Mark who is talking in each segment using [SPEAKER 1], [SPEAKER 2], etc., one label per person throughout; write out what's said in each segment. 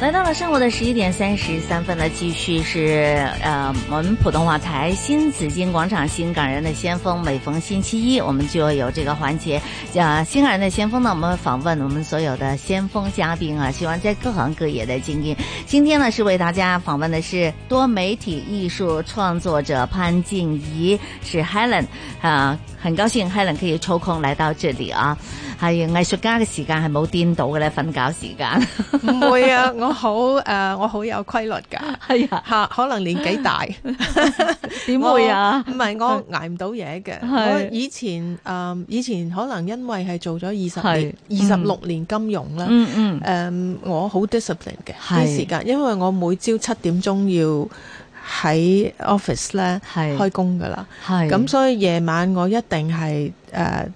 [SPEAKER 1] 来到了上午的十一点三十三分呢，继续是呃我们普通话台新紫金广场新港人的先锋，每逢星期一我们就有这个环节叫新港人的先锋呢，我们访问我们所有的先锋嘉宾啊，希望在各行各业的精英。今天呢是为大家访问的是多媒体艺术创作者潘静怡，是 Helen 啊，很高兴 Helen 可以抽空来到这里啊，系艺术家嘅時間係冇顛倒嘅咧，瞓覺時間。
[SPEAKER 2] 唔會啊，我好誒、呃我好有規律 㗎
[SPEAKER 1] 系啊，
[SPEAKER 2] 嚇，可能年紀大
[SPEAKER 1] 點會啊
[SPEAKER 2] 我？唔係我捱唔到嘢嘅。
[SPEAKER 1] 係
[SPEAKER 2] 我以前誒、呃以前可能因為係做咗二十
[SPEAKER 1] 係
[SPEAKER 2] 年、二十六年金融啦。誒、
[SPEAKER 1] 嗯嗯，
[SPEAKER 2] 我好 discipline 嘅
[SPEAKER 1] 係
[SPEAKER 2] 啲時間，因為我每朝七點鐘要喺 office 咧
[SPEAKER 1] 係
[SPEAKER 2] 開工㗎啦。
[SPEAKER 1] 係嗯
[SPEAKER 2] 咁所以夜晚我一定係誒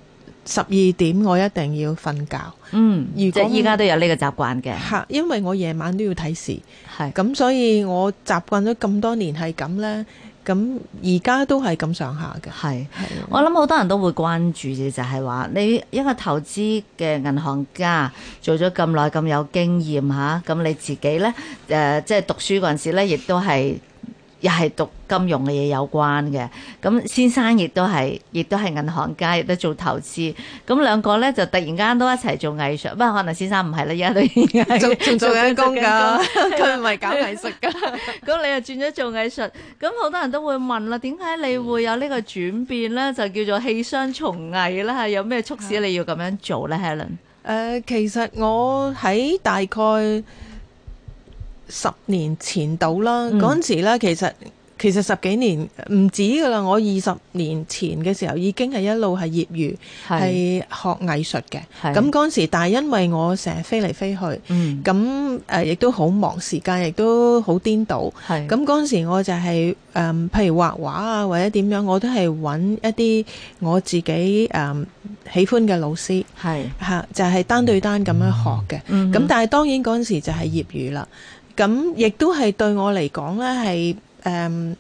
[SPEAKER 2] 十二點，我一定要瞓覺
[SPEAKER 1] 嗯，
[SPEAKER 2] 如
[SPEAKER 1] 即係
[SPEAKER 2] 果
[SPEAKER 1] 依家都有呢個習慣嘅，
[SPEAKER 2] 嚇，因為我夜晚都要睇市。
[SPEAKER 1] 係
[SPEAKER 2] 咁所以我習慣咗咁多年係咁呢，咁而家都係咁上下嘅。
[SPEAKER 1] 係。
[SPEAKER 2] 係
[SPEAKER 1] 我諗好多人都會關注嘅就係話，你一個投資嘅銀行家做咗咁耐咁有經驗吓，咁你自己呢，誒、即係讀書嗰陣時咧，亦都係又係讀金融嘅嘢有關嘅。咁先生亦都係，亦都係銀行家，亦都做投資。咁兩個呢，就突然間都一齊做藝術，不過可能先生唔係啦，而家都已經係
[SPEAKER 2] 做仲做緊工㗎，佢唔係搞
[SPEAKER 1] 藝
[SPEAKER 2] 藝術㗎。
[SPEAKER 1] 咁你又轉咗做藝術，咁好多人都會問啦，點解你會有呢個轉變咧？就叫做棄商從藝啦，係有咩促使你要咁樣做咧，Helen？
[SPEAKER 2] 誒、其實我喺大概十年前到啦，
[SPEAKER 1] 嗯
[SPEAKER 2] 嗰陣、時咧，其實其實十幾年唔止㗎啦。我二十年前嘅時候已經係一路係業餘係學藝術嘅。
[SPEAKER 1] 係
[SPEAKER 2] 咁嗰陣時，但係因為我成日飛嚟飛去，
[SPEAKER 1] 嗯
[SPEAKER 2] 咁誒、呃亦都好忙，時間亦都好顛倒。
[SPEAKER 1] 係
[SPEAKER 2] 咁嗰陣時我就係、嗯譬如畫畫啊，或者點樣，我都係揾一啲我自己誒、嗯喜歡嘅老師
[SPEAKER 1] 係
[SPEAKER 2] 嚇、就係、單對單咁樣學嘅。咁、
[SPEAKER 1] 嗯哼
[SPEAKER 2] 但係當然嗰陣時就係業餘啦。咁亦都係對我嚟講呢，係誒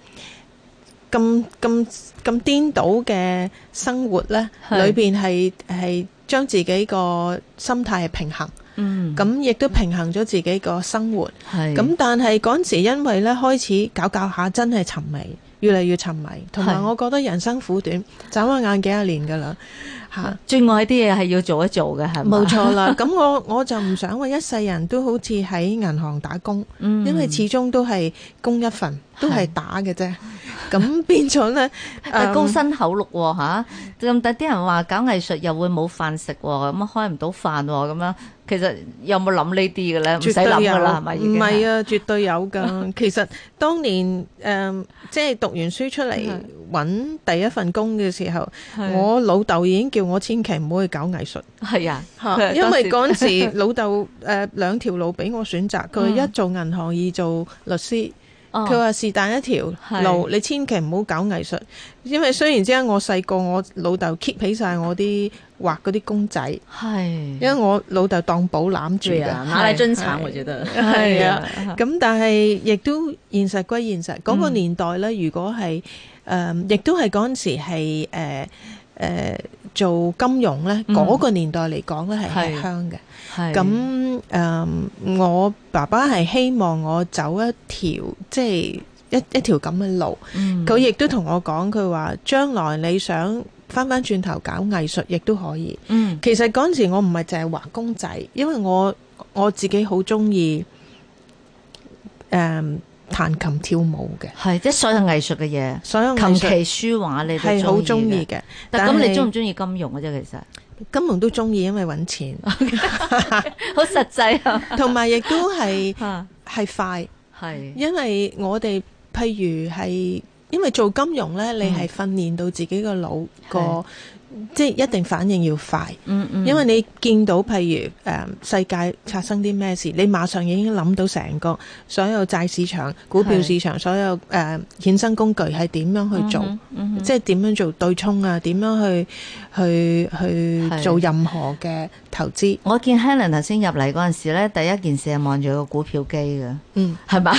[SPEAKER 2] 咁咁咁顛倒嘅生活呢，
[SPEAKER 1] 係
[SPEAKER 2] 裏邊係係將自己個心態係平衡，
[SPEAKER 1] 嗯
[SPEAKER 2] 咁亦都平衡咗自己個生活。
[SPEAKER 1] 係
[SPEAKER 2] 咁但係嗰陣時，因為咧開始搞搞下，真係沉迷，越嚟越沉迷。同埋
[SPEAKER 1] 係
[SPEAKER 2] 我覺得人生苦短，眨下眼幾廿年㗎啦，嚇。
[SPEAKER 1] 最愛啲嘢係要做一做嘅，係嘛
[SPEAKER 2] 冇，錯 啦，咁我我就唔想話一世人都好似喺銀行打工，
[SPEAKER 1] 嗯
[SPEAKER 2] 因為始終都係供一份，都係打嘅啫。咁變咗 呢，
[SPEAKER 1] 但
[SPEAKER 2] 嗯
[SPEAKER 1] 高薪厚祿喎嚇，咁但啲人話搞藝術又會冇飯食喎，咁啊開唔到飯喎，咁樣其實有冇諗呢啲嘅咧？唔使
[SPEAKER 2] 絕對
[SPEAKER 1] 諗
[SPEAKER 2] 有
[SPEAKER 1] 㗎啦，係咪已
[SPEAKER 2] 唔
[SPEAKER 1] 經？
[SPEAKER 2] 係啊，絕對有 㗎。其實當年誒、嗯即係讀完書出嚟揾第一份工嘅時候，
[SPEAKER 1] 係
[SPEAKER 2] 我老豆已經叫我千祈唔好去搞藝術，
[SPEAKER 1] 係啊，
[SPEAKER 2] 因為
[SPEAKER 1] 當
[SPEAKER 2] 嗰陣 時老豆誒兩條路俾我選擇，
[SPEAKER 3] 嗯
[SPEAKER 2] 佢一做銀行，二做律師。
[SPEAKER 1] 哦
[SPEAKER 2] 佢話是但一條
[SPEAKER 1] 係
[SPEAKER 2] 路，你千祈唔好搞藝術，因為雖然之間我細個，我老豆 keep 起晒我啲畫嗰啲公仔，
[SPEAKER 1] 係
[SPEAKER 2] 因為我老豆當寶攬住
[SPEAKER 3] 对
[SPEAKER 2] 㗎。
[SPEAKER 3] 啊，拿来珍藏，
[SPEAKER 2] 係
[SPEAKER 3] 我觉得。
[SPEAKER 2] 係啊，咁但係亦都現實歸現實，嗰、個年代咧，如果係誒、亦都係嗰陣時係誒誒做金融咧，
[SPEAKER 1] 嗯
[SPEAKER 2] 嗰、個年代嚟講咧係
[SPEAKER 1] 係
[SPEAKER 2] 吃香嘅。
[SPEAKER 1] 係
[SPEAKER 2] 咁誒、我爸爸係希望我走一條即係一一條咁嘅路。
[SPEAKER 1] 嗯
[SPEAKER 2] 佢亦都同我講，佢話將來你想翻翻轉頭搞藝術，亦都可以。
[SPEAKER 1] 嗯
[SPEAKER 2] 其實嗰陣時我唔係淨係畫公仔，因為我我自己好中意誒彈琴跳舞嘅，
[SPEAKER 1] 係即係所有藝術嘅嘢，
[SPEAKER 2] 所有
[SPEAKER 1] 琴
[SPEAKER 2] 藝術
[SPEAKER 1] 棋書畫你
[SPEAKER 2] 係
[SPEAKER 1] 都
[SPEAKER 2] 好
[SPEAKER 1] 中
[SPEAKER 2] 中
[SPEAKER 1] 意
[SPEAKER 2] 意
[SPEAKER 1] 嘅。
[SPEAKER 2] 嘅。
[SPEAKER 1] 但咁你中唔
[SPEAKER 2] 係
[SPEAKER 1] 中意金融嘅啫？其實
[SPEAKER 2] 金融都中意，因為 揾錢，
[SPEAKER 1] 好實際 啊
[SPEAKER 2] 同埋亦都係
[SPEAKER 1] 啊，
[SPEAKER 2] 係快，
[SPEAKER 1] 係
[SPEAKER 2] 因為我哋
[SPEAKER 1] 嗯
[SPEAKER 2] 譬如係因為做金融呢，你係訓練到自己個腦個即係一定反應要快，
[SPEAKER 1] 嗯嗯，
[SPEAKER 2] 因為你見到譬如誒、呃世界發生啲咩事，你馬上已經諗到成個所有債市場、股票市場、所有誒、呃、衍生工具係點樣去做。
[SPEAKER 1] 嗯哼，嗯哼
[SPEAKER 2] 即係點樣做對沖啊？點樣去去去
[SPEAKER 1] 係
[SPEAKER 2] 做任何嘅投資？
[SPEAKER 1] 我見 Helen 頭先入嚟嗰陣時咧，第一件事係望住個股票機嘅，
[SPEAKER 2] 嗯，
[SPEAKER 1] 係 嘛？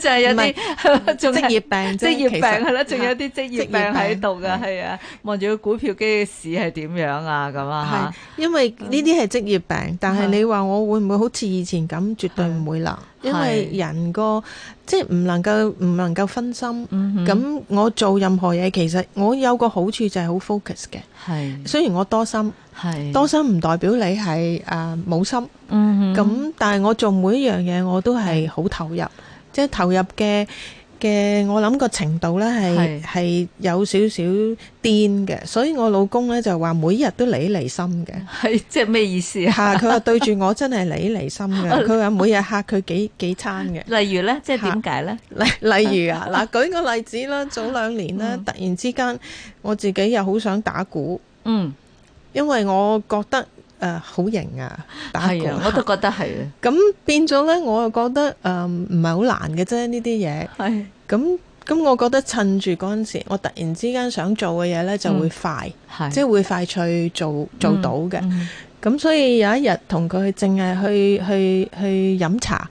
[SPEAKER 1] 就係有啲 仲
[SPEAKER 2] 職
[SPEAKER 1] 係
[SPEAKER 2] 業病啫，
[SPEAKER 1] 職業
[SPEAKER 2] 其
[SPEAKER 1] 病
[SPEAKER 2] 實
[SPEAKER 1] 係啦，仲有啲職業
[SPEAKER 2] 職業
[SPEAKER 1] 病喺
[SPEAKER 2] 病
[SPEAKER 1] 度㗎，係啊，望住個股票機嘅市係點樣啊咁啊
[SPEAKER 2] 係，因為呢啲係職業病，但係
[SPEAKER 1] 嗯
[SPEAKER 2] 你話我會唔會好似以前咁？絕對唔會啦，
[SPEAKER 1] 係
[SPEAKER 2] 因為人個即係唔能夠唔能夠分心。
[SPEAKER 1] 嗯哼
[SPEAKER 2] 咁我做任何嘢，其實我有個好處就係好 focus 嘅。
[SPEAKER 1] 係
[SPEAKER 2] 雖然我多心，
[SPEAKER 1] 係
[SPEAKER 2] 多心唔代表你係誒冇心。
[SPEAKER 1] 嗯哼
[SPEAKER 2] 咁但係我做每一樣嘢我都係好投入，即係投入嘅嘅，我諗個程度咧係
[SPEAKER 1] 係
[SPEAKER 2] 係有少少癲嘅，所以我老公咧就話每日都理離心嘅。
[SPEAKER 1] 係即係咩意思啊？
[SPEAKER 2] 嚇！佢話對住我真係理離心嘅，佢話每日嚇佢幾幾餐嘅。
[SPEAKER 1] 例如咧，即係點解咧？
[SPEAKER 2] 例例如啊，嗱舉個例子啦，早兩年咧，突然之間我自己又好想打鼓，
[SPEAKER 1] 嗯，
[SPEAKER 2] 因為我覺得誒好型 啊，打鼓
[SPEAKER 1] 係啊，我都覺得係啊，
[SPEAKER 2] 咁變咗咧，我又覺得誒唔係好難嘅啫呢啲嘢。
[SPEAKER 1] 係
[SPEAKER 2] 咁咁，我覺得趁住嗰陣時，我突然之間想做嘅嘢咧
[SPEAKER 1] 嗯
[SPEAKER 2] 就會快，
[SPEAKER 1] 係
[SPEAKER 2] 即係會快脆做做到嘅。咁、
[SPEAKER 1] 嗯
[SPEAKER 2] 所以有一日同佢淨係去去去飲茶，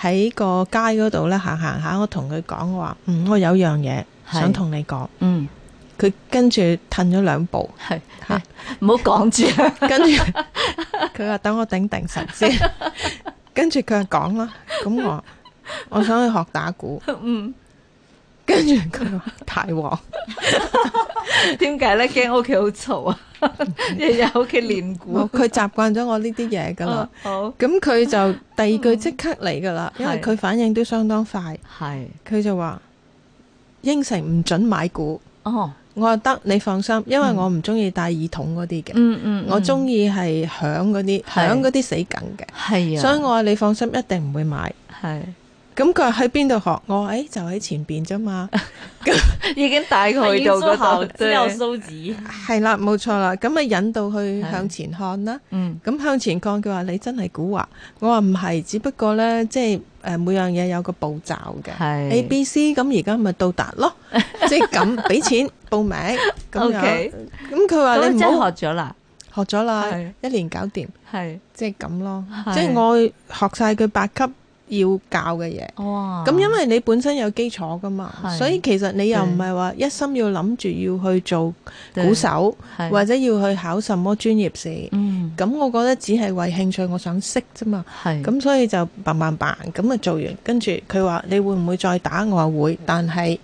[SPEAKER 2] 喺個街嗰度咧行行下，我同佢講我話：嗯，我有樣嘢
[SPEAKER 1] 係
[SPEAKER 2] 想同你講。
[SPEAKER 1] 嗯
[SPEAKER 2] 佢跟住褪咗兩步，
[SPEAKER 1] 係
[SPEAKER 2] 嚇
[SPEAKER 1] 唔好講住啊，
[SPEAKER 2] 跟住佢話等我頂定神先，跟住佢就講啦。咁我我想去學打鼓，
[SPEAKER 1] 嗯。
[SPEAKER 2] 跟住佢話太旺，
[SPEAKER 1] 點解咧？驚屋企好嘈 啊！日日喺屋企練鼓
[SPEAKER 2] 我。佢習慣咗我呢啲嘢噶啦
[SPEAKER 1] 嗯。好，
[SPEAKER 2] 咁啊佢就第二句即刻嚟噶啦，因為
[SPEAKER 1] 嗯係
[SPEAKER 2] 佢反應都相當快。
[SPEAKER 1] 係
[SPEAKER 2] 佢就話應承唔准買鼓，
[SPEAKER 1] 哦，
[SPEAKER 2] 我話得你放心，因為我唔中意戴耳筒嗰啲嘅，
[SPEAKER 1] 嗯嗯，
[SPEAKER 2] 我中意係響嗰啲，
[SPEAKER 1] 係
[SPEAKER 2] 響嗰啲死梗嘅。
[SPEAKER 1] 係啊，
[SPEAKER 2] 所以我話你放心，一定唔會買。
[SPEAKER 1] 係
[SPEAKER 2] 咁佢話喺邊度學？我話誒、哎就喺前邊 啫嘛。
[SPEAKER 1] 已經帶佢去到嗰度，對
[SPEAKER 4] 收集。
[SPEAKER 2] 係啦，冇錯啦。咁咪引導佢
[SPEAKER 1] 係
[SPEAKER 2] 向前看啦。
[SPEAKER 1] 嗯
[SPEAKER 2] 咁向前看，佢話你真係古惑。我話唔係，只不過呢，即係誒每樣嘢有個步驟嘅
[SPEAKER 1] 係
[SPEAKER 2] A、B、C。咁而家咪到達咯，即係咁俾錢報名 咁樣
[SPEAKER 1] OK。
[SPEAKER 2] 咁佢話
[SPEAKER 1] 咁
[SPEAKER 2] 你
[SPEAKER 1] 你
[SPEAKER 2] 唔
[SPEAKER 1] 真
[SPEAKER 2] 好
[SPEAKER 1] 係學咗啦，
[SPEAKER 2] 學咗啦
[SPEAKER 1] 係，
[SPEAKER 2] 一年搞掂，
[SPEAKER 1] 係
[SPEAKER 2] 即係咁咯。
[SPEAKER 1] 係
[SPEAKER 2] 即係我學晒佢八級要教嘅嘢。
[SPEAKER 1] 哇！
[SPEAKER 2] 咁因為你本身有基礎噶嘛，
[SPEAKER 1] 係
[SPEAKER 2] 所以其實你又唔係話一心要諗住要去做
[SPEAKER 1] 對
[SPEAKER 2] 鼓手，
[SPEAKER 1] 係
[SPEAKER 2] 或者要去考什麼專業試。
[SPEAKER 1] 嗯
[SPEAKER 2] 咁我覺得只係為興趣，我想識啫嘛。
[SPEAKER 1] 係
[SPEAKER 2] 咁所以就砰砰砰咁啊做完，跟住佢話你會唔會再打？我話會，但係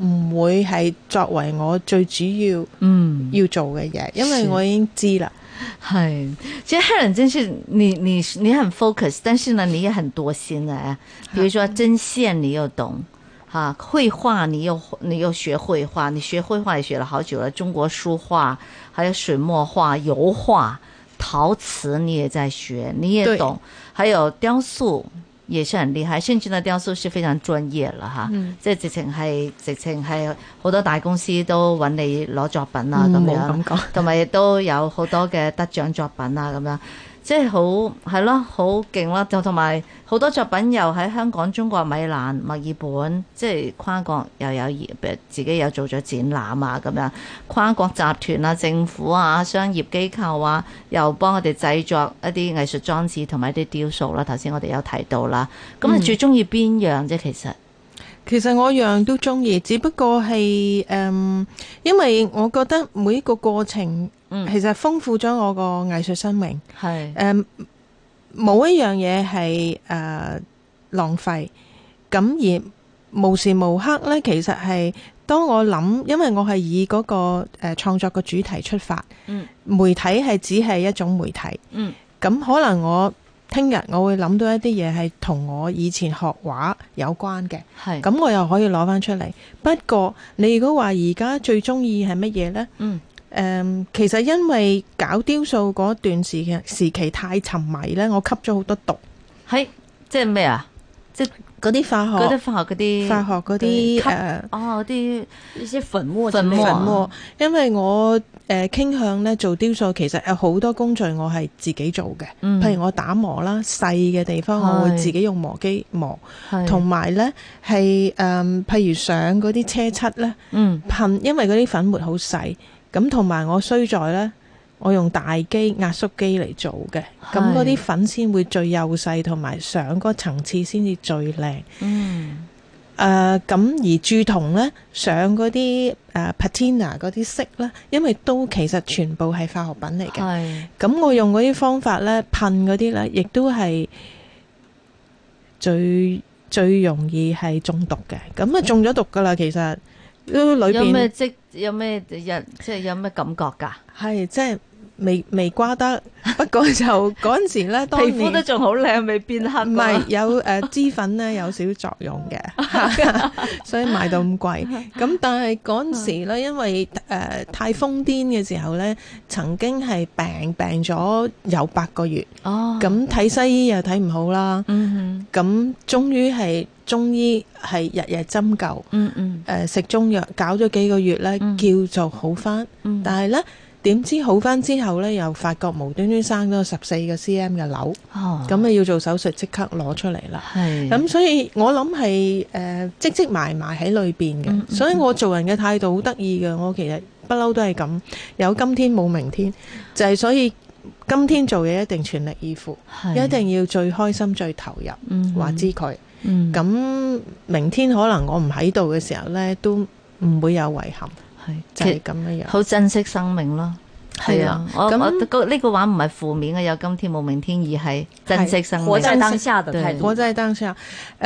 [SPEAKER 2] 唔會係作為我最主要
[SPEAKER 1] 嗯
[SPEAKER 2] 要做嘅嘢，因為我已經知啦。
[SPEAKER 1] 係，其實 Helen 真是你你你很 focus，但是呢你也很多心的哎，比如說针线你又懂。啊，绘画你又你又学绘画，你学绘画也学了好久了，中国书画，还有水墨画、油画、陶瓷你也在学，你也
[SPEAKER 2] 对
[SPEAKER 1] 懂，还有雕塑也是很厉害，甚至呢雕塑是非常专业了哈，
[SPEAKER 2] 嗯
[SPEAKER 1] 即係直情係直情係好多大公司都揾你攞作品啊咁
[SPEAKER 2] 嗯冇
[SPEAKER 1] 樣。
[SPEAKER 2] 咁講，
[SPEAKER 1] 同埋亦都有好多嘅得獎作品啊，咁樣即係好係咯，好勁啦！就同埋好多作品又喺香港、中國、米蘭、墨爾本，即係跨國又有業自己有做咗展覽啊，咁樣跨國集團啊、政府啊、商業機構啊，又幫我哋製作一啲藝術裝置同埋一啲雕塑啦。頭先我哋有提到啦，咁
[SPEAKER 2] 嗯
[SPEAKER 1] 你最中意邊樣啫？其實
[SPEAKER 2] 其實我樣都中意，只不過係誒、嗯因為我覺得每一個過程
[SPEAKER 1] 嗯
[SPEAKER 2] 其實豐富咗我個藝術生命。
[SPEAKER 1] 係
[SPEAKER 2] 誒冇一樣嘢係誒浪費，咁而無時無刻咧，其實係當我諗，因為我係以嗰、個誒、呃、創作嘅主題出發，
[SPEAKER 1] 嗯
[SPEAKER 2] 媒體係只係一種媒體，
[SPEAKER 1] 嗯
[SPEAKER 2] 咁可能我聽日我會諗到一啲嘢係同我以前學畫有關嘅，
[SPEAKER 1] 係
[SPEAKER 2] 咁我又可以攞翻出嚟。不過你如果話而家最中意係乜嘢呢？
[SPEAKER 1] 嗯
[SPEAKER 2] 誒、其實因為搞雕塑嗰段時期時期太沉迷咧，我吸咗好多毒。
[SPEAKER 1] 係即係咩啊？即係
[SPEAKER 2] 嗰啲化
[SPEAKER 1] 嗰
[SPEAKER 2] 學
[SPEAKER 1] 啲化學嗰啲
[SPEAKER 2] 化學嗰啲誒
[SPEAKER 1] 哦啲
[SPEAKER 4] 一些粉末
[SPEAKER 1] 粉
[SPEAKER 4] 之類
[SPEAKER 1] 末
[SPEAKER 4] 的
[SPEAKER 2] 粉末，因為我誒傾向咧做雕塑，其實有好多工序我係自己做嘅，
[SPEAKER 1] 嗯
[SPEAKER 2] 譬如我打磨啦，細嘅地方我會
[SPEAKER 1] 係
[SPEAKER 2] 自己用磨機磨，
[SPEAKER 1] 係
[SPEAKER 2] 同埋咧係誒譬如上嗰啲車漆咧。
[SPEAKER 1] 嗯
[SPEAKER 2] 噴，因為嗰啲粉末好細，咁同埋我衰在呢，我用大機壓縮機嚟做嘅，咁
[SPEAKER 1] 係
[SPEAKER 2] 嗰啲粉先會最幼細，同埋上嗰層次先至最靚。誒、
[SPEAKER 1] 嗯
[SPEAKER 2] 咁而鑄銅呢，上嗰啲誒 patina 嗰啲色呢，因為都其實全部係化學品嚟嘅，
[SPEAKER 1] 係
[SPEAKER 2] 咁我用嗰啲方法呢，噴嗰啲呢，亦都係最最容易係中毒嘅，咁啊中咗毒噶啦，其實都裏
[SPEAKER 1] 有
[SPEAKER 2] 邊
[SPEAKER 1] 咩即有咩有即係有咩感覺㗎？
[SPEAKER 2] 係即係未未瓜得，不過就嗰陣時 咧，當
[SPEAKER 1] 皮膚都
[SPEAKER 2] 年
[SPEAKER 1] 仲好靚，未變黑
[SPEAKER 2] 唔
[SPEAKER 1] 㗎
[SPEAKER 2] 係有誒、呃脂粉咧有少少作用嘅， 所以賣到咁貴。咁但係嗰陣時咧，因為誒、呃太瘋癲嘅時候咧，曾經係病病咗有八個月，
[SPEAKER 1] 哦
[SPEAKER 2] 咁睇西醫又睇唔好啦，
[SPEAKER 1] 嗯
[SPEAKER 2] 咁終於係中醫係日日針灸。
[SPEAKER 1] 哼嗯嗯
[SPEAKER 2] 誒、食中藥搞咗幾個月咧，
[SPEAKER 1] 嗯
[SPEAKER 2] 叫做好翻。
[SPEAKER 1] 嗯
[SPEAKER 2] 但係咧，點知好翻之後咧，又發覺無端端生咗十四個 cm 嘅瘤，
[SPEAKER 1] 哦
[SPEAKER 2] 咁啊要做手術即刻攞出嚟啦。
[SPEAKER 1] 係
[SPEAKER 2] 咁所以我諗係誒積積埋埋喺裏邊
[SPEAKER 1] 嗯
[SPEAKER 2] 嘅，所以我做人嘅態度好得意嘅。我其實不嬲都係咁，有今天冇明天，就係、所以今天做嘢一定全力以赴，
[SPEAKER 1] 係
[SPEAKER 2] 一定要最開心最投入，
[SPEAKER 1] 嗯
[SPEAKER 2] 話知佢。
[SPEAKER 1] 嗯
[SPEAKER 2] 咁明天可能我唔喺度嘅時候呢，都唔會有遺憾，
[SPEAKER 1] 係
[SPEAKER 2] 就
[SPEAKER 1] 其
[SPEAKER 2] 係咁樣樣。
[SPEAKER 1] 好珍惜生命咯。係
[SPEAKER 2] 係
[SPEAKER 1] 啊
[SPEAKER 2] 啊，
[SPEAKER 1] 我我
[SPEAKER 2] 咁
[SPEAKER 1] 覺得呢個話唔係負面嘅，有今天冇明天，而係珍惜生
[SPEAKER 4] 活
[SPEAKER 1] 命。
[SPEAKER 4] 在當下的
[SPEAKER 1] 對
[SPEAKER 4] 態度，
[SPEAKER 2] 我真係擔心啊！誒、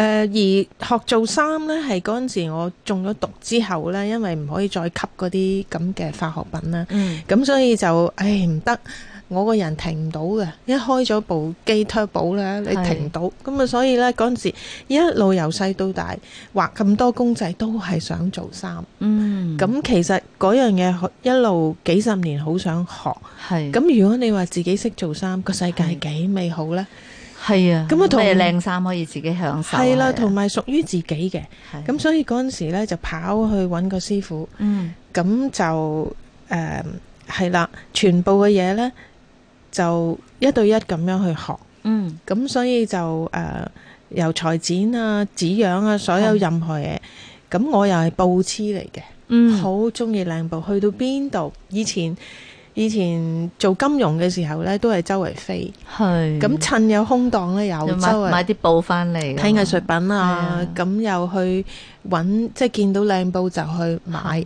[SPEAKER 2] 而學做衫呢，係嗰陣時我中咗毒之後呢，因為唔可以再吸嗰啲咁嘅化學品啦，
[SPEAKER 1] 嗯
[SPEAKER 2] 咁所以就唉唔得，我個人停唔到嘅，一開咗部機 turbo 咧，你
[SPEAKER 1] 係
[SPEAKER 2] 停唔到，咁啊所以呢，嗰陣時一路由細到大畫咁多公仔都係想做衫，
[SPEAKER 1] 嗯，
[SPEAKER 2] 咁、其實嗰樣嘢一路幾十年好想學，
[SPEAKER 1] 係
[SPEAKER 2] 咁如果你話自己識做衫，個世界
[SPEAKER 1] 嗯係
[SPEAKER 2] 幾美好呢？
[SPEAKER 1] 係啊，
[SPEAKER 2] 咁啊同
[SPEAKER 1] 咩靚衫可以自己享受。
[SPEAKER 2] 係啦，
[SPEAKER 1] 係啊
[SPEAKER 2] 同埋屬於自己嘅。
[SPEAKER 1] 係
[SPEAKER 2] 咁所以嗰陣時咧就跑去揾個師傅，
[SPEAKER 1] 嗯
[SPEAKER 2] 咁就誒係啦，全部嘅嘢呢，就一對一咁樣去學，
[SPEAKER 1] 嗯
[SPEAKER 2] 咁所以就誒、呃由裁剪啊、紙樣啊，所有
[SPEAKER 1] 係
[SPEAKER 2] 任何嘢，咁我又係布痴嚟嘅，
[SPEAKER 1] 嗯，
[SPEAKER 2] 好中意靚布，去到邊度以前。以前做金融嘅時候呢，都係周圍飛，
[SPEAKER 1] 係
[SPEAKER 2] 咁趁有空檔呢，又
[SPEAKER 1] 就
[SPEAKER 2] 周
[SPEAKER 1] 買
[SPEAKER 2] 圍
[SPEAKER 1] 買啲布翻嚟㗎
[SPEAKER 2] 睇
[SPEAKER 1] 嘛
[SPEAKER 2] 藝術品啊
[SPEAKER 1] 係啊，
[SPEAKER 2] 咁又去揾，即係見到靚布就去買，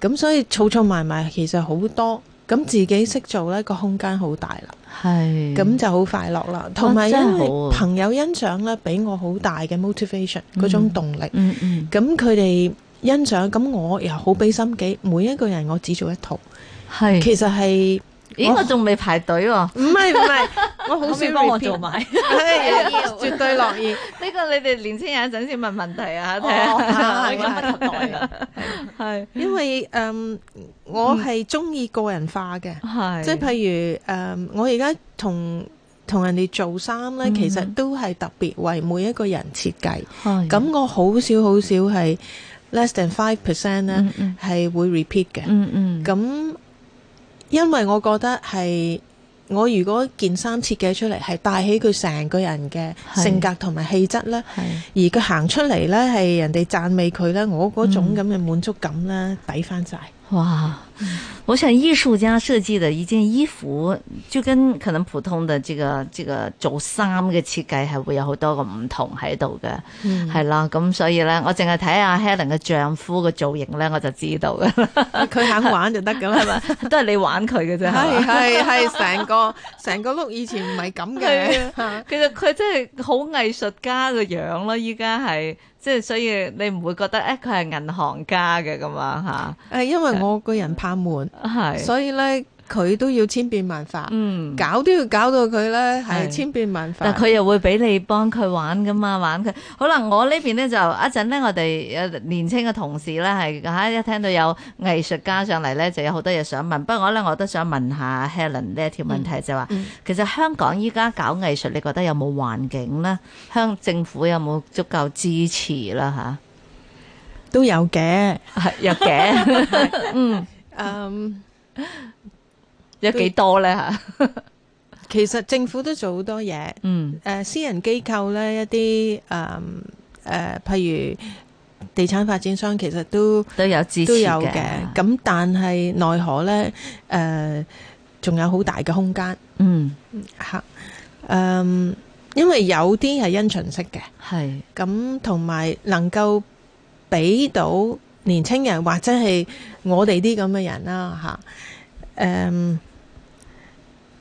[SPEAKER 2] 咁所以儲儲埋埋其實好多，咁自己識做呢個空間好大啦，
[SPEAKER 1] 係
[SPEAKER 2] 咁就好快樂啦。同埋
[SPEAKER 1] 真係
[SPEAKER 2] 因為
[SPEAKER 1] 好啊
[SPEAKER 2] 朋友欣賞呢，俾我好大嘅 motivation
[SPEAKER 1] 嗯
[SPEAKER 2] 嗰種動力，
[SPEAKER 1] 嗯嗯
[SPEAKER 2] 咁佢哋欣賞，咁我又好俾心機，每一個人我只做一套，
[SPEAKER 1] 係。
[SPEAKER 2] 其實係
[SPEAKER 1] 咦，
[SPEAKER 2] 我
[SPEAKER 1] 我仲未排隊喎，
[SPEAKER 2] 唔係唔係，我好
[SPEAKER 4] 可唔可
[SPEAKER 2] 少
[SPEAKER 4] 以幫我做
[SPEAKER 2] repeat，
[SPEAKER 4] 埋？
[SPEAKER 2] 係絕對樂 意。
[SPEAKER 1] 呢個你哋年青人陣先問問題啊，睇下啊
[SPEAKER 4] 哦，
[SPEAKER 2] 係
[SPEAKER 4] 已經不及待啦。
[SPEAKER 1] 係
[SPEAKER 2] 因為誒、嗯我係中意個人化嘅，
[SPEAKER 1] 係
[SPEAKER 2] 即係譬如誒、嗯我而家同同人哋做衫呢，
[SPEAKER 1] 嗯
[SPEAKER 2] 其實都係特別為每一個人設計。
[SPEAKER 1] 係
[SPEAKER 2] 咁、啊我好少好少係 less than five percent 呢
[SPEAKER 1] 嗯嗯
[SPEAKER 2] 係、會 repeat 嘅。
[SPEAKER 1] 嗯嗯
[SPEAKER 2] 咁、因為我覺得係我如果件衫設計出嚟係帶起佢成個人嘅
[SPEAKER 1] 係
[SPEAKER 2] 性格同埋氣質呢。
[SPEAKER 1] 係
[SPEAKER 2] 而佢行出嚟呢，係人哋讚美佢呢，我嗰種咁嘅滿足感呢，抵翻晒。
[SPEAKER 1] 哇！我想艺术家设计的一件衣服，就跟可能普通的这个这个做衫嘅設計係會有好多個唔同喺度嘅，
[SPEAKER 2] 嗯
[SPEAKER 1] 係啦、咁所以咧，我淨係睇下 Helen 嘅丈夫嘅造型咧，我就知道嘅，
[SPEAKER 2] 佢肯玩就得噶啦，
[SPEAKER 1] 都係你玩佢嘅啫，係嘛
[SPEAKER 2] 係係係，成個成個碌以前唔係咁嘅，
[SPEAKER 1] 其實佢真係好藝術家嘅樣咯，依家係即係，所以你唔會覺得誒佢係銀行家嘅咁樣吓，啊
[SPEAKER 2] 誒，因為我個人怕悶，
[SPEAKER 1] 係
[SPEAKER 2] 所以咧佢都要千變萬化，
[SPEAKER 1] 嗯。
[SPEAKER 2] 搞都要搞到佢咧係
[SPEAKER 1] 係
[SPEAKER 2] 千變萬化。
[SPEAKER 1] 但佢又會俾你幫佢玩噶嘛，玩佢。好啦，我呢邊咧就一啊陣咧，我哋有年青嘅同事咧係嚇一聽到有藝術家上嚟咧，就有好多嘢想問。不過咧，我都想問下 Helen 呢一條問題，就話
[SPEAKER 2] 嗯
[SPEAKER 1] 其實香港依家搞藝術，你覺得有冇環境咧？香政府有冇足夠支持啦？
[SPEAKER 2] 都有嘅，
[SPEAKER 1] 吓，係有嘅， 嗯，
[SPEAKER 2] 嗯，
[SPEAKER 1] 有幾多咧吓？
[SPEAKER 2] 其實政府都做好多嘢，
[SPEAKER 1] 嗯
[SPEAKER 2] 誒、私人機構咧一啲誒誒，譬如地產發展商其實都
[SPEAKER 1] 都有支持
[SPEAKER 2] 都有
[SPEAKER 1] 嘅
[SPEAKER 2] 嘅，，咁但係奈何咧誒，呃仲、有好大嘅空間
[SPEAKER 1] 嗯，
[SPEAKER 2] 嚇，誒、因為有啲係因循式嘅，
[SPEAKER 1] 係，
[SPEAKER 2] 咁同埋能夠俾到年青人或者係我哋啲咁嘅人啦嚇，誒、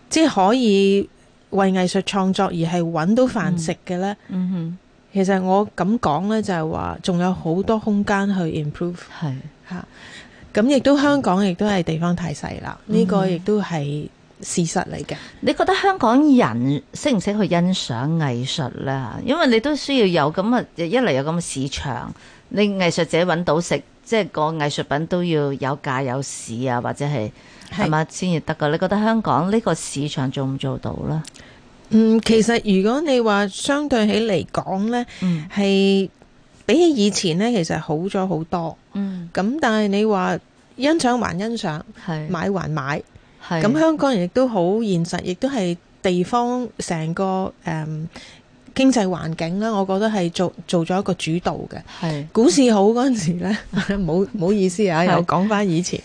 [SPEAKER 2] 即係可以為藝術創作而係揾到飯食嘅咧。
[SPEAKER 1] 嗯
[SPEAKER 2] 其實我咁講呢，就係話仲有好多空間去 improve
[SPEAKER 1] 哼，係。
[SPEAKER 2] 嚇。咁亦都香港亦都係地方太細啦，呢、個
[SPEAKER 1] 嗯
[SPEAKER 2] 亦都係事實嚟嘅。
[SPEAKER 1] 你覺得香港人識唔識去欣賞藝術呢？因為你都需要有咁嘅一嚟有咁嘅市場，你藝術者揾到食，即係個藝術品都要有價有市啊，或者係係
[SPEAKER 2] 係
[SPEAKER 1] 嘛先至得噶。你覺得香港呢個市場做唔做到呢？
[SPEAKER 2] 嗯，其實如果你話相對起嚟講呢，
[SPEAKER 1] 嗯
[SPEAKER 2] 係比起以前呢，其實好咗好多。
[SPEAKER 1] 嗯，
[SPEAKER 2] 咁但係你話欣賞還欣賞，
[SPEAKER 1] 係
[SPEAKER 2] 買還買，
[SPEAKER 1] 係
[SPEAKER 2] 嗯咁香港人亦都好現實，亦都係地方成個誒、嗯、經濟環境啦，我覺得係做做咗一個主導嘅。
[SPEAKER 1] 係
[SPEAKER 2] 股市好嗰陣時 咧，冇冇意思啊，
[SPEAKER 1] 係
[SPEAKER 2] 又講翻以前，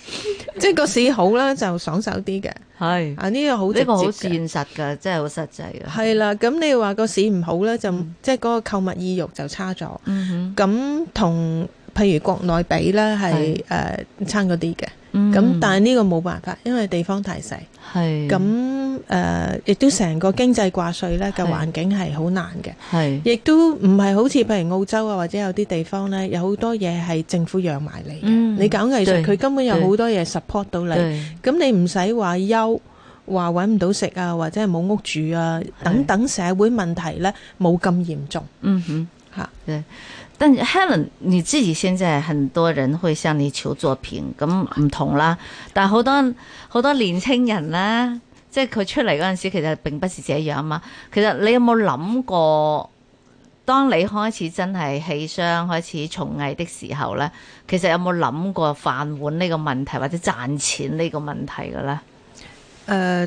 [SPEAKER 2] 即係個市好咧就爽手啲嘅，
[SPEAKER 1] 係
[SPEAKER 2] 啊呢個好直
[SPEAKER 1] 呢個好
[SPEAKER 2] 接嘅。
[SPEAKER 1] 現實㗎，真係好實際嘅。
[SPEAKER 2] 係啦，咁你話個市唔好咧，就即係嗰個購物意欲就差咗。
[SPEAKER 1] 嗯
[SPEAKER 2] 咁同譬如國內比咧，係
[SPEAKER 1] 係
[SPEAKER 2] 誒差嗰啲嘅。
[SPEAKER 1] 哼，
[SPEAKER 2] 咁、
[SPEAKER 1] 嗯
[SPEAKER 2] 但係呢個冇辦法，因為地方太細。
[SPEAKER 1] 係
[SPEAKER 2] 咁誒、呃亦都成個經濟掛帥咧嘅
[SPEAKER 1] 係
[SPEAKER 2] 環境係好難嘅，
[SPEAKER 1] 係
[SPEAKER 2] 亦都唔係好似譬如澳洲啊，或者有啲地方咧，有好多嘢係政府養埋你嘅。
[SPEAKER 1] 嗯
[SPEAKER 2] 你搞藝術，
[SPEAKER 1] 對
[SPEAKER 2] 佢根本有好多嘢 support 到你，
[SPEAKER 1] 對
[SPEAKER 2] 咁你唔使話憂。話揾唔到食啊，或者係冇屋住啊，等等社會問題呢，冇咁嚴重
[SPEAKER 1] 嗯哼。
[SPEAKER 2] 嚇。
[SPEAKER 1] 但 Helen 你自己現在很多人會向你求作品，咁唔同啦。但係好多好多年青人啦，即係佢出嚟嗰陣時，其實並不是這樣嘛。其實你有冇諗過，當你開始真係棄商開始從藝的時候咧，其實有冇諗過飯碗呢個問題或者賺錢呢個問題嘅咧？
[SPEAKER 2] 誒、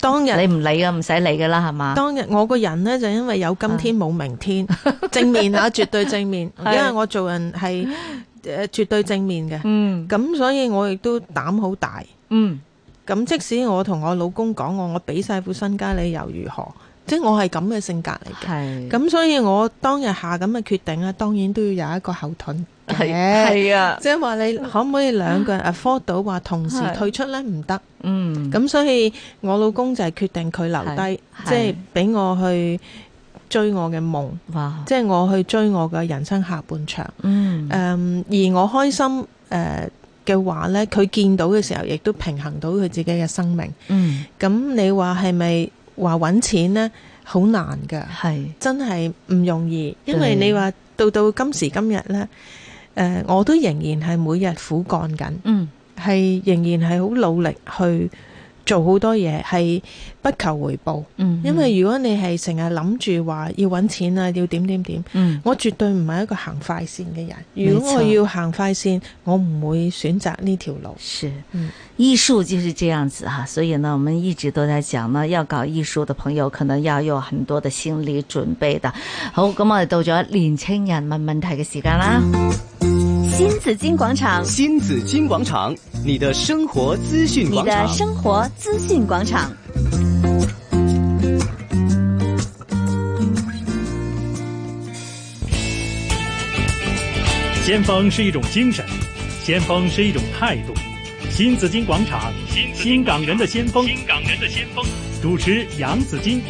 [SPEAKER 2] 當日
[SPEAKER 1] 你唔理噶，唔使理噶啦，係嘛？
[SPEAKER 2] 當日我個人呢，就因為有今天冇明天，正面嚇，絕對正面，因
[SPEAKER 1] 係
[SPEAKER 2] 為我做人係誒、呃、絕對正面嘅，
[SPEAKER 1] 嗯
[SPEAKER 2] 咁所以我亦都膽好大。
[SPEAKER 1] 嗯，
[SPEAKER 2] 咁即使我同我老公講我我俾晒副身家你又如何？即係我係咁嘅性格嚟嘅。
[SPEAKER 1] 係
[SPEAKER 2] 咁所以我當日下咁嘅決定咧，當然都要有一個後盾
[SPEAKER 1] 係
[SPEAKER 2] 嘅。
[SPEAKER 1] 係啊，
[SPEAKER 2] 即係話你可唔可以兩個人 afford 到話同時
[SPEAKER 1] 係
[SPEAKER 2] 退出呢？唔得。
[SPEAKER 1] 嗯
[SPEAKER 2] 咁所以我老公就係決定佢留低，
[SPEAKER 1] 係
[SPEAKER 2] 即係俾我去追我嘅夢，
[SPEAKER 1] 哇，
[SPEAKER 2] 即係我去追我嘅人生下半場。
[SPEAKER 1] 嗯
[SPEAKER 2] 誒、而我開心誒嘅、話呢，佢見到嘅時候，亦都平衡到佢自己嘅生命。
[SPEAKER 1] 嗯
[SPEAKER 2] 咁你話係咪話揾錢呢？好難㗎，
[SPEAKER 1] 係。
[SPEAKER 2] 真係唔容易，因
[SPEAKER 1] 對
[SPEAKER 2] 為你話到到今時今日呢，誒、呃我都仍然係每日苦幹緊。
[SPEAKER 1] 嗯
[SPEAKER 2] 係仍然係好努力去做好多嘢，係不求回報。
[SPEAKER 1] 嗯，
[SPEAKER 2] 因為如果你係成日諗住話要揾錢啊，要點點點，
[SPEAKER 1] 嗯
[SPEAKER 2] 我絕對唔係一個行快線嘅人。如果我
[SPEAKER 1] 沒錯
[SPEAKER 2] 要行快線，我唔會選擇呢條路。
[SPEAKER 1] 是
[SPEAKER 2] 嗯
[SPEAKER 1] 藝術就是這樣子哈，所以呢，我們一直都在講呢，要搞藝術的朋友可能要有很多的心理準備的。好，咁我哋到咗年青人問問題嘅時間啦。
[SPEAKER 4] 新紫金广场，
[SPEAKER 3] 新紫金广场，你的生活资讯
[SPEAKER 4] 你
[SPEAKER 3] 广
[SPEAKER 4] 的
[SPEAKER 3] 场。
[SPEAKER 4] 生活资讯广场。
[SPEAKER 5] 先锋是一种精神，先锋是一种态度。新紫金广场，新港人的先锋，新港人的先锋。主持杨紫金，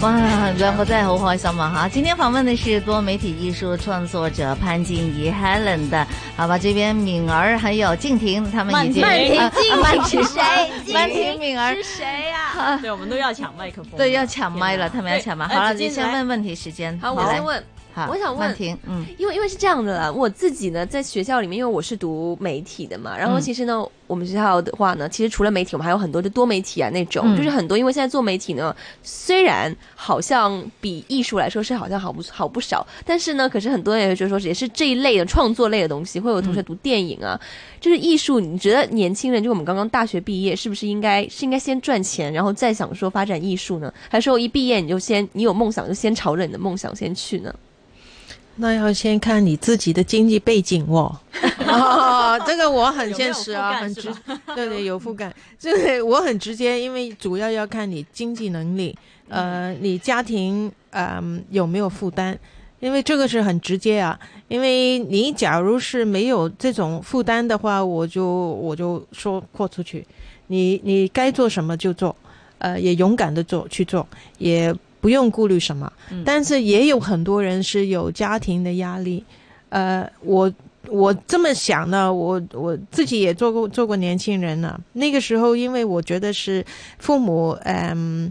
[SPEAKER 1] 哇，两个真系好开心啊！哈，今天访问的是多媒体艺术创作者潘静怡 Helen 的，好吧？这边敏儿还有静婷，他们已经
[SPEAKER 6] 曼婷
[SPEAKER 1] 啊啊曼
[SPEAKER 6] 静
[SPEAKER 1] 婷
[SPEAKER 6] 婷是谁？
[SPEAKER 1] 曼婷敏儿
[SPEAKER 6] 是谁呀？
[SPEAKER 7] 对，我们都要抢麦克风了，
[SPEAKER 1] 对要抢麦了，
[SPEAKER 7] 哦天
[SPEAKER 1] 他
[SPEAKER 7] 哪
[SPEAKER 1] 们要抢麦。
[SPEAKER 7] 对
[SPEAKER 1] 好了，
[SPEAKER 7] 哎
[SPEAKER 1] 你
[SPEAKER 7] 直接
[SPEAKER 1] 先
[SPEAKER 7] 来
[SPEAKER 1] 问问题时间。
[SPEAKER 6] 好，
[SPEAKER 1] 你
[SPEAKER 6] 我
[SPEAKER 1] 来
[SPEAKER 6] 先，问，
[SPEAKER 1] 好，
[SPEAKER 6] 我想问
[SPEAKER 1] 曼婷，嗯，
[SPEAKER 6] 因为因为是这样的啦，我自己呢在学校里面，因为我是读媒体的嘛，然后
[SPEAKER 1] 嗯
[SPEAKER 6] 其实呢，我们学校的话呢，其实除了媒体，我们还有很多的多媒体啊那种，
[SPEAKER 1] 嗯
[SPEAKER 6] 就是很多，因为现在做媒体呢，虽然好像比艺术来说是好像好不好不少，但是呢，可是很多人也会觉得说也是这一类的创作类的东西，会有同
[SPEAKER 1] 嗯
[SPEAKER 6] 学读电影啊，就是艺术，你觉得年轻人就我们刚刚大学毕业，是不是应该是应该先赚钱，然后再想说发展艺术呢？还是说一毕业你就先你有梦想就先朝着你的梦想先去呢？
[SPEAKER 2] 那要先看你自己的经济背景 哦。哦，这个我很
[SPEAKER 7] 有没有
[SPEAKER 2] 现实
[SPEAKER 7] 覆
[SPEAKER 2] 啊，
[SPEAKER 7] 盖
[SPEAKER 2] 很
[SPEAKER 7] 是
[SPEAKER 2] 直
[SPEAKER 7] 吧，
[SPEAKER 2] 对对，有覆盖。这个我很直接，因为主要要看你经济能力，
[SPEAKER 7] 嗯
[SPEAKER 2] 呃，你家庭嗯、有没有负担，因为这个是很直接啊。因为你假如是没有这种负担的话，我就我就说豁出去，你你该做什么就做，呃，也勇敢的做去做，也不用顾虑什么。
[SPEAKER 1] 嗯
[SPEAKER 2] 但是也有很多人是有家庭的压力，呃，我我这么想呢，我我自己也做过做过年轻人呢。那个时候，因为我觉得是父母，嗯、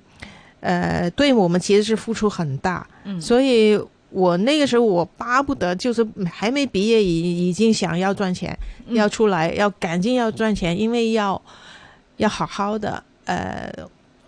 [SPEAKER 2] 呃，对我们其实是付出很大，
[SPEAKER 1] 嗯
[SPEAKER 2] 所以我那个时候我巴不得就是还没毕业已已经想要赚钱，
[SPEAKER 1] 嗯
[SPEAKER 2] 要出来，要赶紧要赚钱，因为要要好好的呃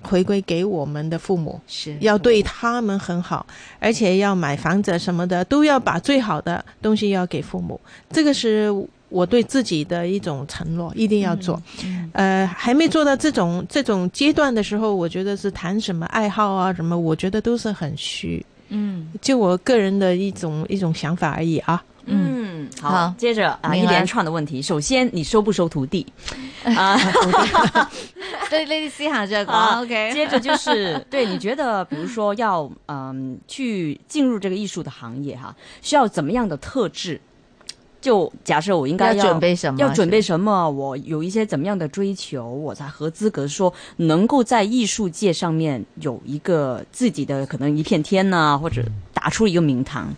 [SPEAKER 2] 回归给我们的父母。
[SPEAKER 1] 是
[SPEAKER 2] 要对他们很好，而且要买房子什么的，都要把最好的东西要给父母。这个是我对自己的一种承诺，一定要做。
[SPEAKER 1] 嗯
[SPEAKER 2] 呃，还没做到这种这种阶段的时候，我觉得是谈什么爱好啊什么，我觉得都是很虚，
[SPEAKER 1] 嗯
[SPEAKER 2] 就我个人的一种一种想法而已啊。
[SPEAKER 1] 嗯，
[SPEAKER 6] 嗯，
[SPEAKER 1] 好
[SPEAKER 7] 好，接着啊，
[SPEAKER 1] 明
[SPEAKER 7] 一
[SPEAKER 1] 儿
[SPEAKER 7] 连串的问题。首先，你收不收徒 弟？啊，
[SPEAKER 1] 对，呢啲私下再
[SPEAKER 7] 啊
[SPEAKER 1] 讲，OK。
[SPEAKER 7] 接着就是，对，你觉得比如说要嗯去进入这个艺术的行业哈，需要怎么样的特质？就假设我应该
[SPEAKER 1] 要准备什么？
[SPEAKER 7] 要准备什么？我有一些怎么样的追求，我才合资格说能够在艺术界上面有一个自己的可能一片天呐、或者打出一个名堂。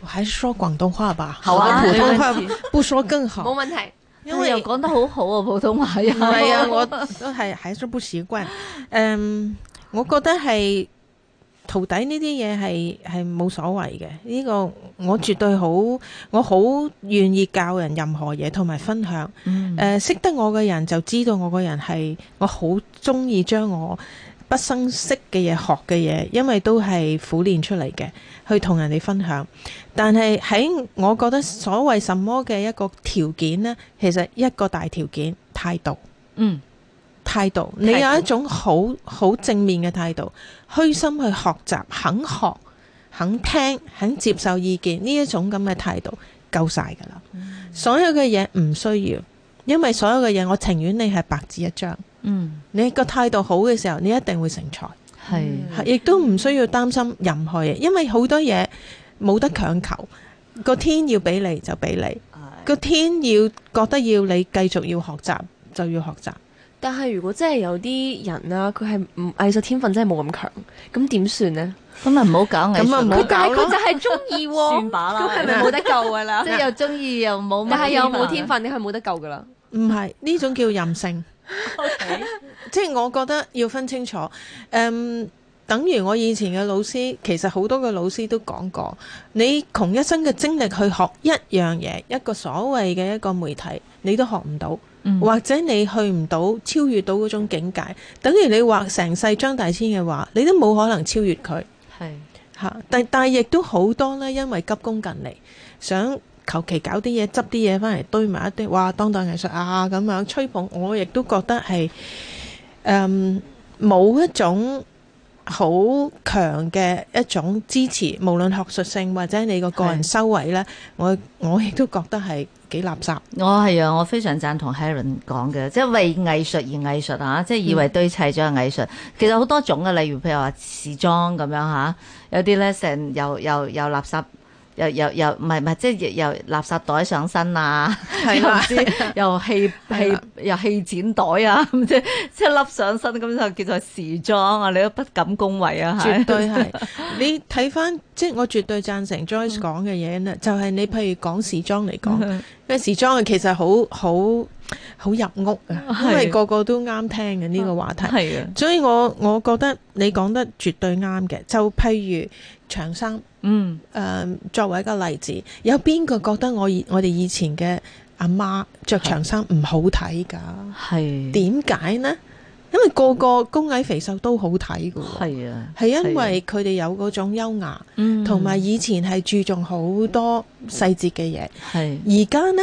[SPEAKER 2] 我还是说广东话吧，
[SPEAKER 7] 好 啊
[SPEAKER 2] 我普通话
[SPEAKER 7] 没问题
[SPEAKER 2] 不说更
[SPEAKER 6] 冇
[SPEAKER 2] 好，
[SPEAKER 6] 问题。
[SPEAKER 2] 因
[SPEAKER 1] 哎
[SPEAKER 2] 为
[SPEAKER 1] 呀讲得好好啊，普通話又
[SPEAKER 2] 唔 係啊，我 都係還是不習慣。嗯，我覺得係徒弟呢啲嘢係係冇所謂嘅。呢、個我絕對好，我好願意教人任何嘢同埋分享。
[SPEAKER 1] 嗯
[SPEAKER 2] 誒、識得我嘅人就知道我個人係我好中意將我畢生識嘅嘢、學嘅嘢，因為都係苦練出嚟嘅，去同人哋分享。但係喺我覺得所謂什麼嘅一個條件呢，其實一個大條件態度。
[SPEAKER 1] 嗯
[SPEAKER 2] 態度，你
[SPEAKER 7] 態
[SPEAKER 2] 有
[SPEAKER 7] 度
[SPEAKER 2] 一種好好正面嘅態度，虛心去學習，肯學、肯聽、肯接受意見呢一種咁嘅態度夠晒㗎啦。所有嘅嘢唔需要，因為所有嘅嘢我情願你係白紙一張。
[SPEAKER 1] 嗯
[SPEAKER 2] 你個態度好嘅時候，你一定會成才，
[SPEAKER 1] 係
[SPEAKER 2] 係亦都唔需要擔心任何嘢，因為好多嘢冇得強求，個天要俾你就俾你，個天要覺得要你繼續要學習就要學習。
[SPEAKER 6] 但係如果真係有啲人啊，佢係唔藝術天分真係冇咁強，咁點算呢？
[SPEAKER 1] 咁咪唔好搞藝術
[SPEAKER 2] 咁啊唔好
[SPEAKER 1] 啦
[SPEAKER 6] 但係
[SPEAKER 2] 搞
[SPEAKER 6] 佢
[SPEAKER 2] 咯
[SPEAKER 6] 就係中意
[SPEAKER 7] 算
[SPEAKER 6] 喎，
[SPEAKER 7] 吧啦，
[SPEAKER 6] 咁係咪冇得救噶 啦
[SPEAKER 1] 即？係又中意又冇乜，啊
[SPEAKER 6] 但係又冇天分，你係冇得救噶啦。
[SPEAKER 2] 唔係呢種叫任性，
[SPEAKER 7] OK
[SPEAKER 2] 即係我覺得要分清楚。誒、嗯等於我以前嘅老師，其實好多嘅老師都講過，你窮一生嘅精力去學一樣嘢，一個所謂嘅一個媒體，你都學唔到，
[SPEAKER 1] 嗯
[SPEAKER 2] 或者你去唔到超越到嗰種境界，等於你畫成世張大千嘅畫，你都冇可能超越佢。
[SPEAKER 1] 係
[SPEAKER 2] 嚇！但但係亦都好多咧，因為急功近利，想求其搞啲嘢，執啲嘢翻嚟堆埋一堆，哇！當代藝術啊咁樣吹捧，我亦都覺得係誒冇一種好強嘅一種支持，無論學術性或者你個個人
[SPEAKER 1] 係
[SPEAKER 2] 修為咧，我我亦都覺得係幾垃圾。
[SPEAKER 1] 我係啊，我非常贊同 Helen 講嘅，即係為藝術而藝術啊，即係以為堆砌咗嘅藝術，其實好多種嘅，例如譬如話時裝咁樣吓，有啲咧成又又又垃圾又又又唔係唔係，即係又又垃圾袋上身啊，
[SPEAKER 2] 係
[SPEAKER 1] 又唔
[SPEAKER 2] 啦
[SPEAKER 1] 知 又氣
[SPEAKER 2] 係
[SPEAKER 1] 氣
[SPEAKER 2] 啦
[SPEAKER 1] 又氣剪袋啊， 咁即係即係笠上身咁就叫做時裝啊，你都不敢恭維啊，係
[SPEAKER 2] 絕對 係。你睇翻，即係我絕對贊成
[SPEAKER 1] 嗯
[SPEAKER 2] Joyce 講嘅嘢咧，就係你譬如講時裝嚟講，因為時裝其實好好好入屋啊，因為個個都啱聽嘅呢個話題。
[SPEAKER 1] 哦
[SPEAKER 7] 哎
[SPEAKER 1] 係啊，
[SPEAKER 2] 所以我我覺得你講得絕對啱嘅。就譬如長衫，誒、
[SPEAKER 1] 嗯
[SPEAKER 2] 作為一個例子，有邊個覺得我以我哋以前嘅阿媽着長衫唔好睇㗎？
[SPEAKER 1] 嗯
[SPEAKER 7] 哎
[SPEAKER 1] 係
[SPEAKER 2] 點解呢？因為個個高矮肥瘦都好睇㗎
[SPEAKER 7] 哎
[SPEAKER 2] 喎，
[SPEAKER 1] 係啊，
[SPEAKER 2] 係因為佢哋有嗰種優雅，
[SPEAKER 1] 嗯
[SPEAKER 2] 同埋以前係注重好多細節嘅嘢。
[SPEAKER 7] 哎
[SPEAKER 1] 係
[SPEAKER 2] 而家呢，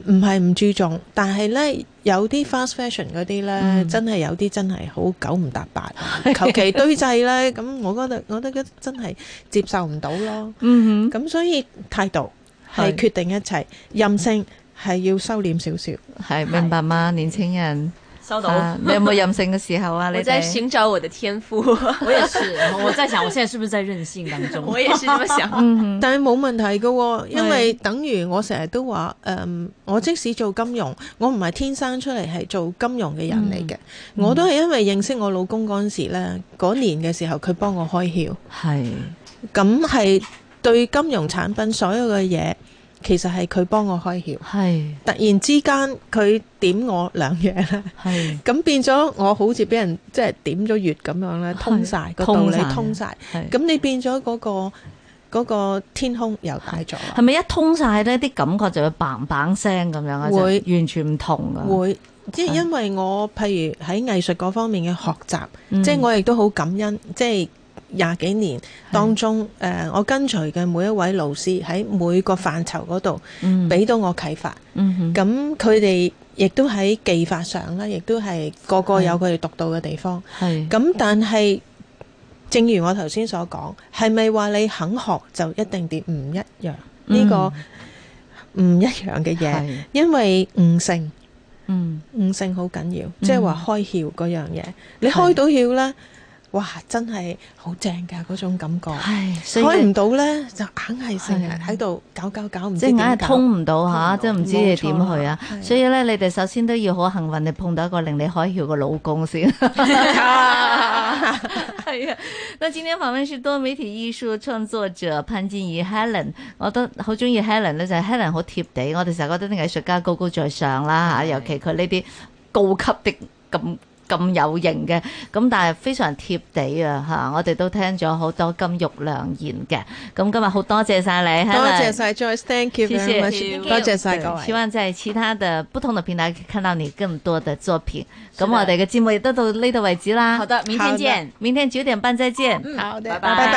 [SPEAKER 2] 誒唔係唔注重，但係呢，有啲 fast fashion 嗰啲呢，
[SPEAKER 1] 嗯
[SPEAKER 2] 真係有啲真係好九唔 搭八，求其堆製呢。咁我覺得我覺得真係接受唔到咯。
[SPEAKER 1] 嗯
[SPEAKER 2] 咁所以態度係
[SPEAKER 1] 係
[SPEAKER 2] 決定一切，任性係要收斂少少。
[SPEAKER 1] 哼係明白嗎？年青人。
[SPEAKER 7] 收
[SPEAKER 1] 啊你有冇任性嘅時候啊？你
[SPEAKER 6] 我在
[SPEAKER 1] 哋
[SPEAKER 6] 寻找我的天赋，
[SPEAKER 7] 我也是，我在想我现在是不是在任性当 中？
[SPEAKER 6] 我也是这么想。
[SPEAKER 1] 嗯
[SPEAKER 2] 但係冇問題嘅喎，因為等於我成日都話誒、嗯我即使做金融，我唔係天生出嚟係做金融嘅人嚟嘅，
[SPEAKER 1] 嗯
[SPEAKER 2] 我都係因為認識我老公嗰陣時咧，嗰年嘅時候佢幫我開竅，
[SPEAKER 1] 係
[SPEAKER 2] 咁係對金融產品所有嘅嘢，其實係佢幫我開竅。
[SPEAKER 1] 係
[SPEAKER 2] 突然之間佢點我兩嘢咧，
[SPEAKER 1] 係
[SPEAKER 2] 咁變咗我好似俾人即係點咗穴咁樣咧，通晒個道
[SPEAKER 1] 通
[SPEAKER 2] 理
[SPEAKER 1] 晒
[SPEAKER 2] 通晒，
[SPEAKER 1] 係
[SPEAKER 2] 咁你變咗嗰、個。嗰、個天空又大咗啦，
[SPEAKER 1] 係咪一通晒呢啲感覺就會砰砰聲咁樣啊？
[SPEAKER 2] 會
[SPEAKER 1] 就完全唔同噶，
[SPEAKER 2] 會，即係
[SPEAKER 1] 啊係
[SPEAKER 2] 因為我譬如喺藝術嗰方面嘅學習，
[SPEAKER 1] 嗯
[SPEAKER 2] 即係我亦都好感恩，即係廿幾年當中，誒、呃我跟隨嘅每一位老師喺每個範疇嗰度
[SPEAKER 1] 嗯
[SPEAKER 2] 俾到我啟發，
[SPEAKER 1] 嗯哼
[SPEAKER 2] 咁佢哋亦都喺技法上咧，亦都係個個有佢哋獨到嘅地方。
[SPEAKER 1] 係
[SPEAKER 2] 咁但係，正如我頭先所講，係咪話你肯學就一定點唔一樣？呢、個唔一樣嘅嘢，
[SPEAKER 1] 嗯係
[SPEAKER 2] 因為悟性。
[SPEAKER 1] 嗯
[SPEAKER 2] 悟性好緊要，即係話開竅嗰樣嘢。你開到竅呢，哇，真係好正㗎嗰種感覺。
[SPEAKER 1] 係所
[SPEAKER 2] 開
[SPEAKER 1] 以
[SPEAKER 2] 唔到呢，就硬係成日
[SPEAKER 1] 係
[SPEAKER 2] 喺度搞搞搞，唔
[SPEAKER 1] 即
[SPEAKER 2] 知
[SPEAKER 1] 係硬
[SPEAKER 2] 點
[SPEAKER 1] 係
[SPEAKER 2] 搞。
[SPEAKER 1] 通唔到吓，即係唔知你點
[SPEAKER 2] 冇
[SPEAKER 1] 去
[SPEAKER 2] 錯
[SPEAKER 1] 啊
[SPEAKER 2] 啦！係
[SPEAKER 1] 所以咧，你哋首先都要好幸運，你碰到一個令你開竅嘅老公 先。 係啊，那今天訪問是多媒體藝術創作者潘金怡 Helen，我覺得好中意 Helen 咧，就係 Helen 好貼地，我哋成日覺得啲藝術家高高在上啦嚇，
[SPEAKER 7] 係
[SPEAKER 1] 尤其佢呢啲高級的咁。咁有型嘅，咁但係非常貼地啊嚇！我哋都聽咗好多金玉良言嘅，咁今日好多謝晒你
[SPEAKER 2] 多
[SPEAKER 1] Helen
[SPEAKER 2] 謝晒 Joyce，thank you
[SPEAKER 1] 謝
[SPEAKER 2] very
[SPEAKER 1] 謝
[SPEAKER 2] much，多謝晒各
[SPEAKER 1] 對希
[SPEAKER 2] 位。
[SPEAKER 1] 望在其他的不同的平台看到你更多的作品。咁我哋嘅節目亦都到呢度為止啦。
[SPEAKER 7] 好，的，明天
[SPEAKER 2] 好的
[SPEAKER 7] 见。
[SPEAKER 1] 明天九點半再見。
[SPEAKER 2] 好的，
[SPEAKER 7] 拜拜
[SPEAKER 2] 拜拜。